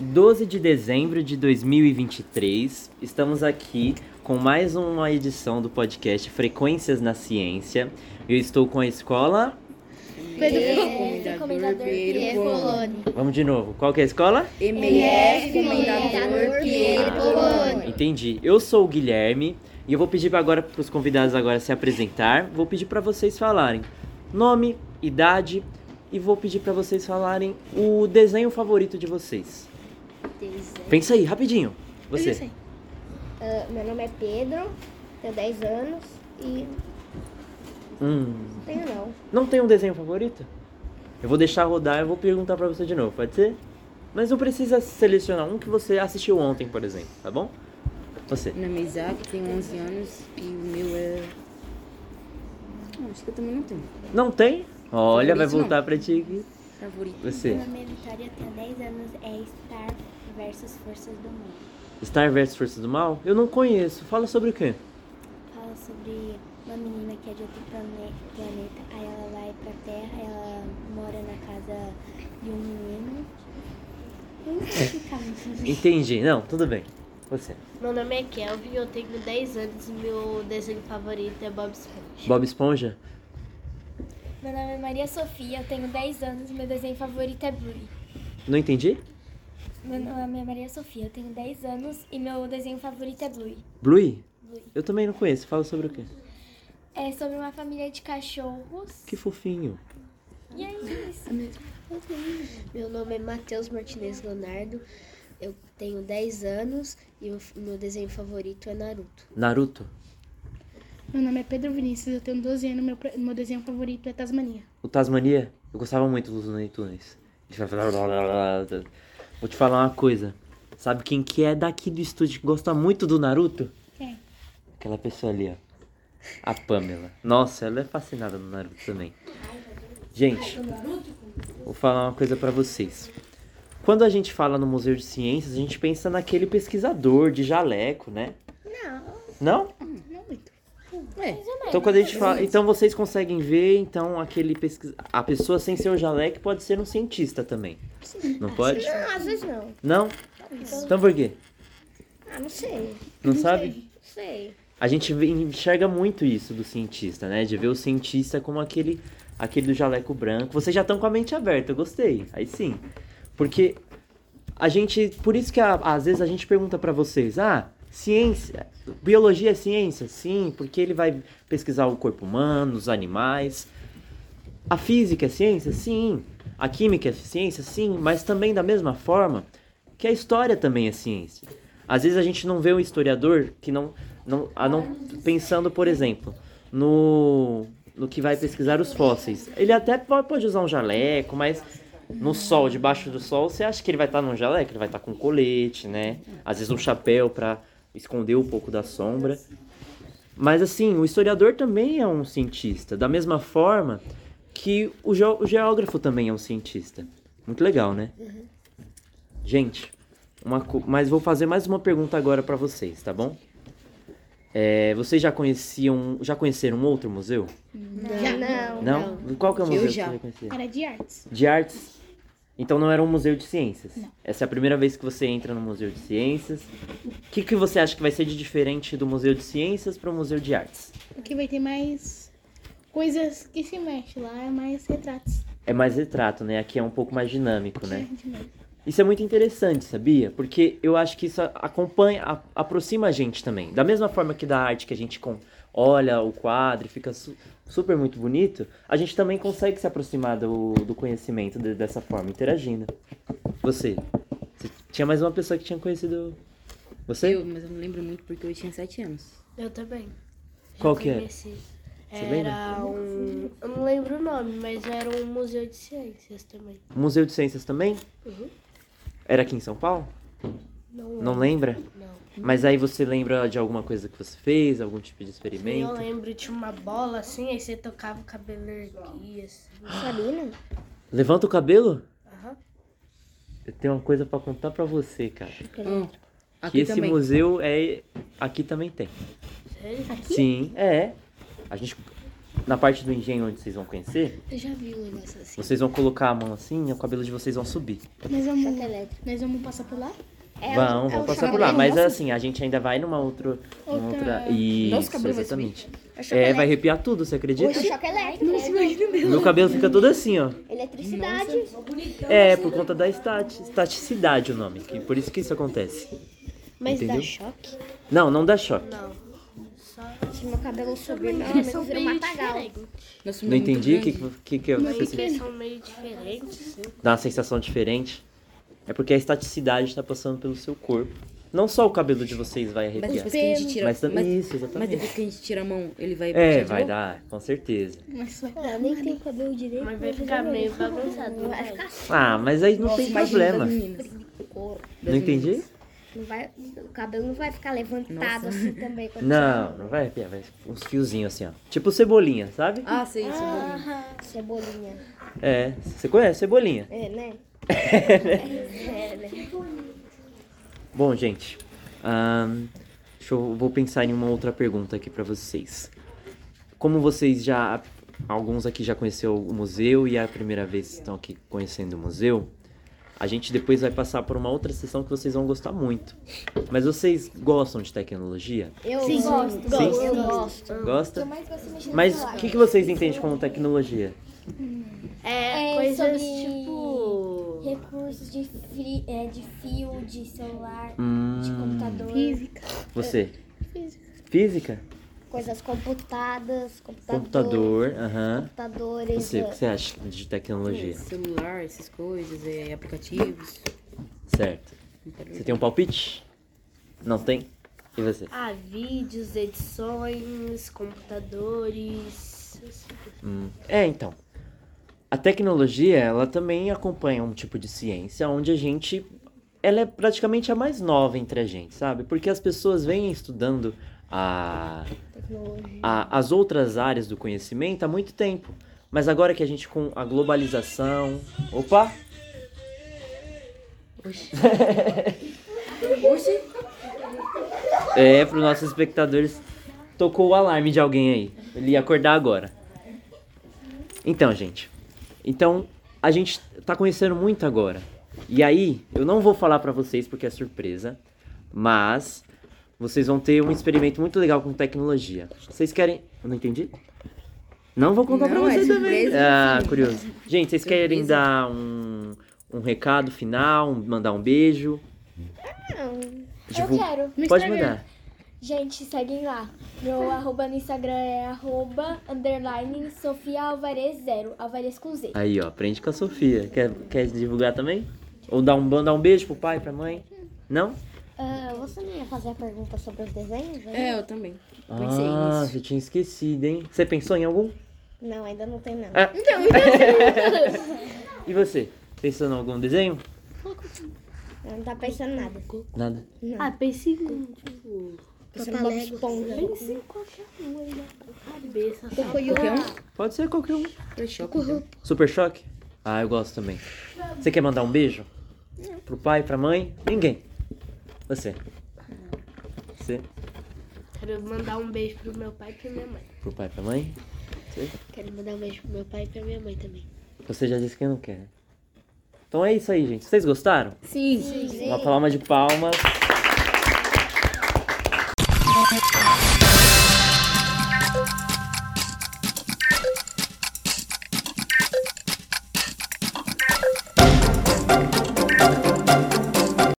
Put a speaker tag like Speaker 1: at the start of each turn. Speaker 1: 12 de dezembro de 2023, estamos aqui com mais uma edição do podcast Frequências na Ciência. Eu estou com a escola.
Speaker 2: Pedro
Speaker 3: É,
Speaker 4: Pedro
Speaker 2: Comendador,
Speaker 4: Comendador
Speaker 2: Piero
Speaker 4: Piero
Speaker 2: Poloni.
Speaker 1: Vamos de novo, qual que é a escola?
Speaker 2: MF,
Speaker 4: Comendador
Speaker 2: Comendador
Speaker 4: Piero
Speaker 2: Piero
Speaker 4: Poloni.
Speaker 2: Poloni.
Speaker 1: Entendi. Eu sou o Guilherme e eu vou pedir pra agora para os convidados agora se apresentar. Vou pedir para vocês falarem nome, idade e vou pedir para vocês falarem o desenho favorito de vocês. Pensa aí, rapidinho. Você.
Speaker 4: Meu nome é Pedro, tenho 10 anos e não
Speaker 1: Hum,
Speaker 4: tenho não.
Speaker 1: não tem um desenho favorito? Eu vou deixar rodar e vou perguntar para você de novo, pode ser? Mas não precisa selecionar um que você assistiu ontem, por exemplo, tá bom? Você.
Speaker 2: Meu nome é Isaac, tenho 11 anos e o meu é... Não, acho que eu também não tenho.
Speaker 1: Não tem? Olha, vai
Speaker 2: Favorito não.
Speaker 1: voltar pra ti aqui.
Speaker 2: Favorito.
Speaker 1: Você.
Speaker 4: é Vitória, tenho 10 anos, é Star versus Forças do Mundo.
Speaker 1: Star vs Forças do Mal? Eu não conheço. Fala sobre o quê?
Speaker 4: Fala sobre uma menina que é de outro plane- planeta, aí ela vai pra Terra, ela mora na casa de um menino. Não sei explicar muito bem.
Speaker 1: Entendi. Não, tudo bem. Você.
Speaker 3: Meu nome é Kelvin, eu tenho 10 anos e meu desenho favorito é Bob Esponja.
Speaker 1: Bob Esponja?
Speaker 4: Meu nome é Maria Sofia, eu tenho 10 anos, meu desenho favorito é Bluey.
Speaker 1: Não entendi?
Speaker 4: Meu
Speaker 1: Uhum.
Speaker 4: nome é Maria Sofia, eu tenho 10 anos e meu desenho favorito é Bluey.
Speaker 1: Bluey?
Speaker 4: Bluey.
Speaker 1: Eu também não conheço. Fala sobre o quê?
Speaker 4: É sobre uma família de cachorros.
Speaker 1: Que fofinho.
Speaker 4: E é isso.
Speaker 3: Meu nome é Matheus Martinez Leonardo, eu tenho 10 anos e o meu desenho favorito é Naruto.
Speaker 1: Naruto?
Speaker 5: Meu nome é Pedro Vinícius, eu tenho 12 anos, meu, pre- meu desenho favorito é Tasmania.
Speaker 1: O Tasmania? Eu gostava muito dos Netunes. Vou te falar uma coisa. Sabe quem que é daqui do estúdio que gosta muito do Naruto?
Speaker 5: Quem?
Speaker 1: Aquela pessoa ali, ó. A Pamela. Nossa, ela é fascinada no Naruto também. Gente, vou falar uma coisa pra vocês. Quando a gente fala no Museu de Ciências, a gente pensa naquele pesquisador de jaleco, né? Não. Não?
Speaker 5: Não muito.
Speaker 2: É.
Speaker 1: Então quando a gente fala, então vocês conseguem ver, então aquele pesquisa, a pessoa sem ser o jaleco pode ser um cientista também. Não pode?
Speaker 4: Não, às vezes não.
Speaker 1: Não? Então por quê?
Speaker 4: Ah, não sei.
Speaker 1: Não sabe?
Speaker 4: Não sei.
Speaker 1: A gente vê- enxerga muito isso do cientista, né? De ver o cientista como aquele, aquele do jaleco branco. Vocês já estão com a mente aberta, eu gostei. Aí sim. Porque a gente. Por isso que a- às vezes a gente pergunta pra vocês: ah, ciência. Biologia é ciência? Sim, porque ele vai pesquisar o corpo humano, os animais. A física é ciência? Sim. A química é ciência? Sim. Mas também, da mesma forma, que a história também é ciência. Às vezes a gente não vê um historiador que não. não, a não pensando, por exemplo, no, no que vai pesquisar os fósseis. Ele até po- pode usar um jaleco, mas no sol, debaixo do sol, você acha que ele vai estar num jaleco? Ele vai estar com colete, né? Às vezes um chapéu para esconder um pouco da sombra. Mas assim, o historiador também é um cientista, da mesma forma que o, geo- o geógrafo também é um cientista. Muito legal, né?
Speaker 2: Uhum.
Speaker 1: Gente, uma co- mas vou fazer mais uma pergunta agora pra vocês, tá bom? É, vocês já conheciam, já conheceram um outro museu?
Speaker 4: Não.
Speaker 1: Não? Qual que é o
Speaker 2: Eu
Speaker 1: museu
Speaker 2: já.
Speaker 1: que você conhecia?
Speaker 5: Era de artes.
Speaker 1: De artes? Então não era um museu de ciências. Essa é a primeira vez que você entra no museu de ciências. O que, que você acha que vai ser de diferente do museu de ciências para o museu de artes?
Speaker 5: Aqui vai ter mais coisas que se mexem lá, é mais retratos.
Speaker 1: É mais retrato, né? Aqui é um pouco mais dinâmico, né?
Speaker 5: que a gente mexe.
Speaker 1: Isso é muito interessante, sabia? Porque eu acho que isso acompanha, a- aproxima a gente também. Da mesma forma que da arte que a gente com- olha o quadro e fica su- super muito bonito, a gente também consegue se aproximar do, do conhecimento de- dessa forma, interagindo. Você, você tinha mais uma pessoa que tinha conhecido você?
Speaker 2: Eu, mas eu não lembro muito porque eu tinha 7 anos.
Speaker 3: Eu também. Já
Speaker 1: Qual que é?
Speaker 3: conheci.
Speaker 1: lembra?
Speaker 3: Era um. Eu não lembro o nome, mas era um museu de ciências também.
Speaker 1: Museu de Ciências também?
Speaker 3: Uhum.
Speaker 1: Era aqui em São Paulo?
Speaker 3: Não,
Speaker 1: Não lembra?
Speaker 3: Não.
Speaker 1: Mas aí você lembra de alguma coisa que você fez, algum tipo de
Speaker 3: Eu
Speaker 1: experimento?
Speaker 3: lembro, tinha uma bola assim, aí você tocava o cabelo erguia, assim.
Speaker 4: Sabina?
Speaker 1: Levanta o cabelo?
Speaker 3: Aham.
Speaker 1: Eu tenho uma coisa pra contar pra você, cara.
Speaker 2: Hum,
Speaker 1: que
Speaker 2: Aqui
Speaker 1: esse
Speaker 2: também.
Speaker 1: museu é. Aqui também tem.
Speaker 3: Sério?
Speaker 1: Sim, é. A gente. Na parte do engenho onde vocês vão conhecer,
Speaker 3: Eu já vi um negócio assim.
Speaker 1: vocês vão colocar a mão assim e o cabelo de vocês vão subir.
Speaker 5: Nós vamos,
Speaker 4: Choque elétrico.
Speaker 5: nós vamos passar por lá?
Speaker 4: É,
Speaker 1: vão,
Speaker 4: o- é
Speaker 1: vão
Speaker 4: o
Speaker 1: passar por
Speaker 4: choque
Speaker 1: lá. Mas
Speaker 5: nosso?
Speaker 1: assim, a gente ainda vai numa outra. numa
Speaker 5: Outra-
Speaker 1: outra... Isso,
Speaker 2: Nosso cabelo vai subir.
Speaker 1: exatamente.
Speaker 4: né?
Speaker 1: é, vai arrepiar tudo, você acredita?
Speaker 4: elétrico. O choque elétrico.
Speaker 1: Meu cabelo fica todo assim, ó.
Speaker 4: Eletricidade.
Speaker 1: É, por conta da estati- estaticidade o nome. Que por isso que isso acontece.
Speaker 3: Mas
Speaker 1: Entendeu?
Speaker 3: dá choque?
Speaker 1: Não, não dá choque.
Speaker 4: Se meu cabelo subir, meu amigo vira um matagal.
Speaker 1: Não,
Speaker 2: Nosso mundo é muito
Speaker 1: entendi o que,
Speaker 2: grande.
Speaker 1: que, que eu
Speaker 5: pequeno.
Speaker 3: são meio diferentes. assim.
Speaker 1: Dá uma sensação diferente. É porque a estaticidade tá passando pelo seu corpo. Não só o cabelo de vocês vai
Speaker 2: é. Mas
Speaker 1: arrepiar.
Speaker 2: depois que a gente tira...
Speaker 1: Mas também isso,
Speaker 2: mas
Speaker 1: exatamente.
Speaker 2: depois que a gente tira a mão, ele vai... puxar
Speaker 1: É,
Speaker 2: de
Speaker 1: vai
Speaker 2: novo?
Speaker 1: dar, com certeza.
Speaker 5: Mas vai.
Speaker 4: Eu nem tenho cabelo direito. Mas vai ficar meio bagunçado. Vai ficar assim.
Speaker 1: Ah, mas aí não
Speaker 2: Nossa,
Speaker 1: tem
Speaker 2: imagina das
Speaker 1: problema.
Speaker 2: meninas.
Speaker 1: Não entendi?
Speaker 4: assim, Não vai, o cabelo não vai ficar levantado
Speaker 2: Nossa.
Speaker 4: assim também. quando
Speaker 1: Não, não vai arrepiar, vai uns fiozinhos assim, ó. Tipo cebolinha, sabe?
Speaker 2: Ah, sei, isso.
Speaker 4: você- Cebolinha.
Speaker 1: É, você conhece cebolinha.
Speaker 4: É, né? é, né?
Speaker 1: Bom, gente, ahn, deixa eu vou pensar em uma outra pergunta aqui pra vocês. Como vocês já, alguns aqui já conheceu o museu e é a primeira vez que estão aqui conhecendo o museu, a gente depois vai passar por uma outra sessão que vocês vão gostar muito. Mas vocês gostam de tecnologia?
Speaker 4: Eu gosto.
Speaker 1: Sim.
Speaker 4: Eu gosto.
Speaker 1: Gosta?
Speaker 4: mais gosto mexer
Speaker 1: Mas o que, que vocês entendem como tecnologia?
Speaker 4: É,
Speaker 6: coisas
Speaker 4: sobre
Speaker 6: tipo.
Speaker 4: Recursos de, fri- é, de fio, de celular, de
Speaker 1: Hum,
Speaker 6: Tipo,
Speaker 4: computador.
Speaker 5: Física.
Speaker 1: você? Física?
Speaker 4: Coisas computadas, computador,
Speaker 1: Computador, aham.
Speaker 4: computadores.
Speaker 1: Você, o
Speaker 4: é,
Speaker 1: que você acha de tecnologia?
Speaker 2: Celular, essas coisas, é, aplicativos.
Speaker 1: Certo. Você tem um palpite? Não tem? E você?
Speaker 6: Ah, vídeos, edições, computadores.
Speaker 3: assim.
Speaker 1: Hum, É, então. A tecnologia, ela também acompanha um tipo de ciência onde a gente. Ela é praticamente a mais nova entre a gente, sabe? Porque as pessoas vêm estudando a, a- as outras áreas do conhecimento há muito tempo. Mas agora que a gente com a globalização. Opa! É, para os nossos espectadores, tocou o alarme de alguém aí. Ele ia acordar agora. Então, gente. Então, a gente tá conhecendo muito agora. E aí, eu não vou falar pra vocês porque é surpresa, mas vocês vão ter um experimento muito legal com tecnologia. Vocês querem, eu não entendi? Não vou contar pra
Speaker 2: Não, é
Speaker 1: vocês também.
Speaker 2: surpresa,
Speaker 1: Ah,
Speaker 2: sim.
Speaker 1: curioso. Gente, vocês querem
Speaker 2: Surpresa.
Speaker 1: dar um, um recado final, um- mandar um beijo?
Speaker 6: Eu
Speaker 1: Divul-
Speaker 6: quero.
Speaker 5: No
Speaker 1: Pode
Speaker 5: Instagram.
Speaker 1: mandar.
Speaker 6: Gente, seguem lá. Meu arroba no Instagram é arroba underline Sofia Alvarez zero. Alvarez com Z.
Speaker 1: Aí, ó, aprende com a Sofia. Quer, quer divulgar também? Ou dar um, mandar um beijo pro pai, pra mãe? Não?
Speaker 4: Ah, você não ia fazer a pergunta sobre os desenhos? né?
Speaker 2: É, eu também. Pensei
Speaker 1: Ah,
Speaker 2: nisso.
Speaker 1: você tinha esquecido, hein? Você pensou em algum?
Speaker 4: Não, ainda não tem não.
Speaker 1: Ah. E você? Pensou em algum desenho?
Speaker 4: Eu Não tá pensando nada.
Speaker 1: Nada.
Speaker 6: Ah, pensei
Speaker 4: Pensando no Bob Esponja.
Speaker 6: cabeça.
Speaker 2: Qualquer um?
Speaker 1: Pode ser qualquer um.
Speaker 2: Eu choco, então.
Speaker 1: Super choque? Ah, eu gosto também. Você quer mandar um beijo? Pro pai, pra mãe? Ninguém. Você? Você?
Speaker 6: Quero mandar um beijo pro meu pai e pra minha mãe.
Speaker 1: Pro pai, pra mãe?
Speaker 3: Quero mandar um beijo pro meu pai e pra minha mãe também.
Speaker 1: Você já disse que não quer. Então é isso aí, gente. Vocês gostaram?
Speaker 2: Sim.
Speaker 1: Uma palma de palmas.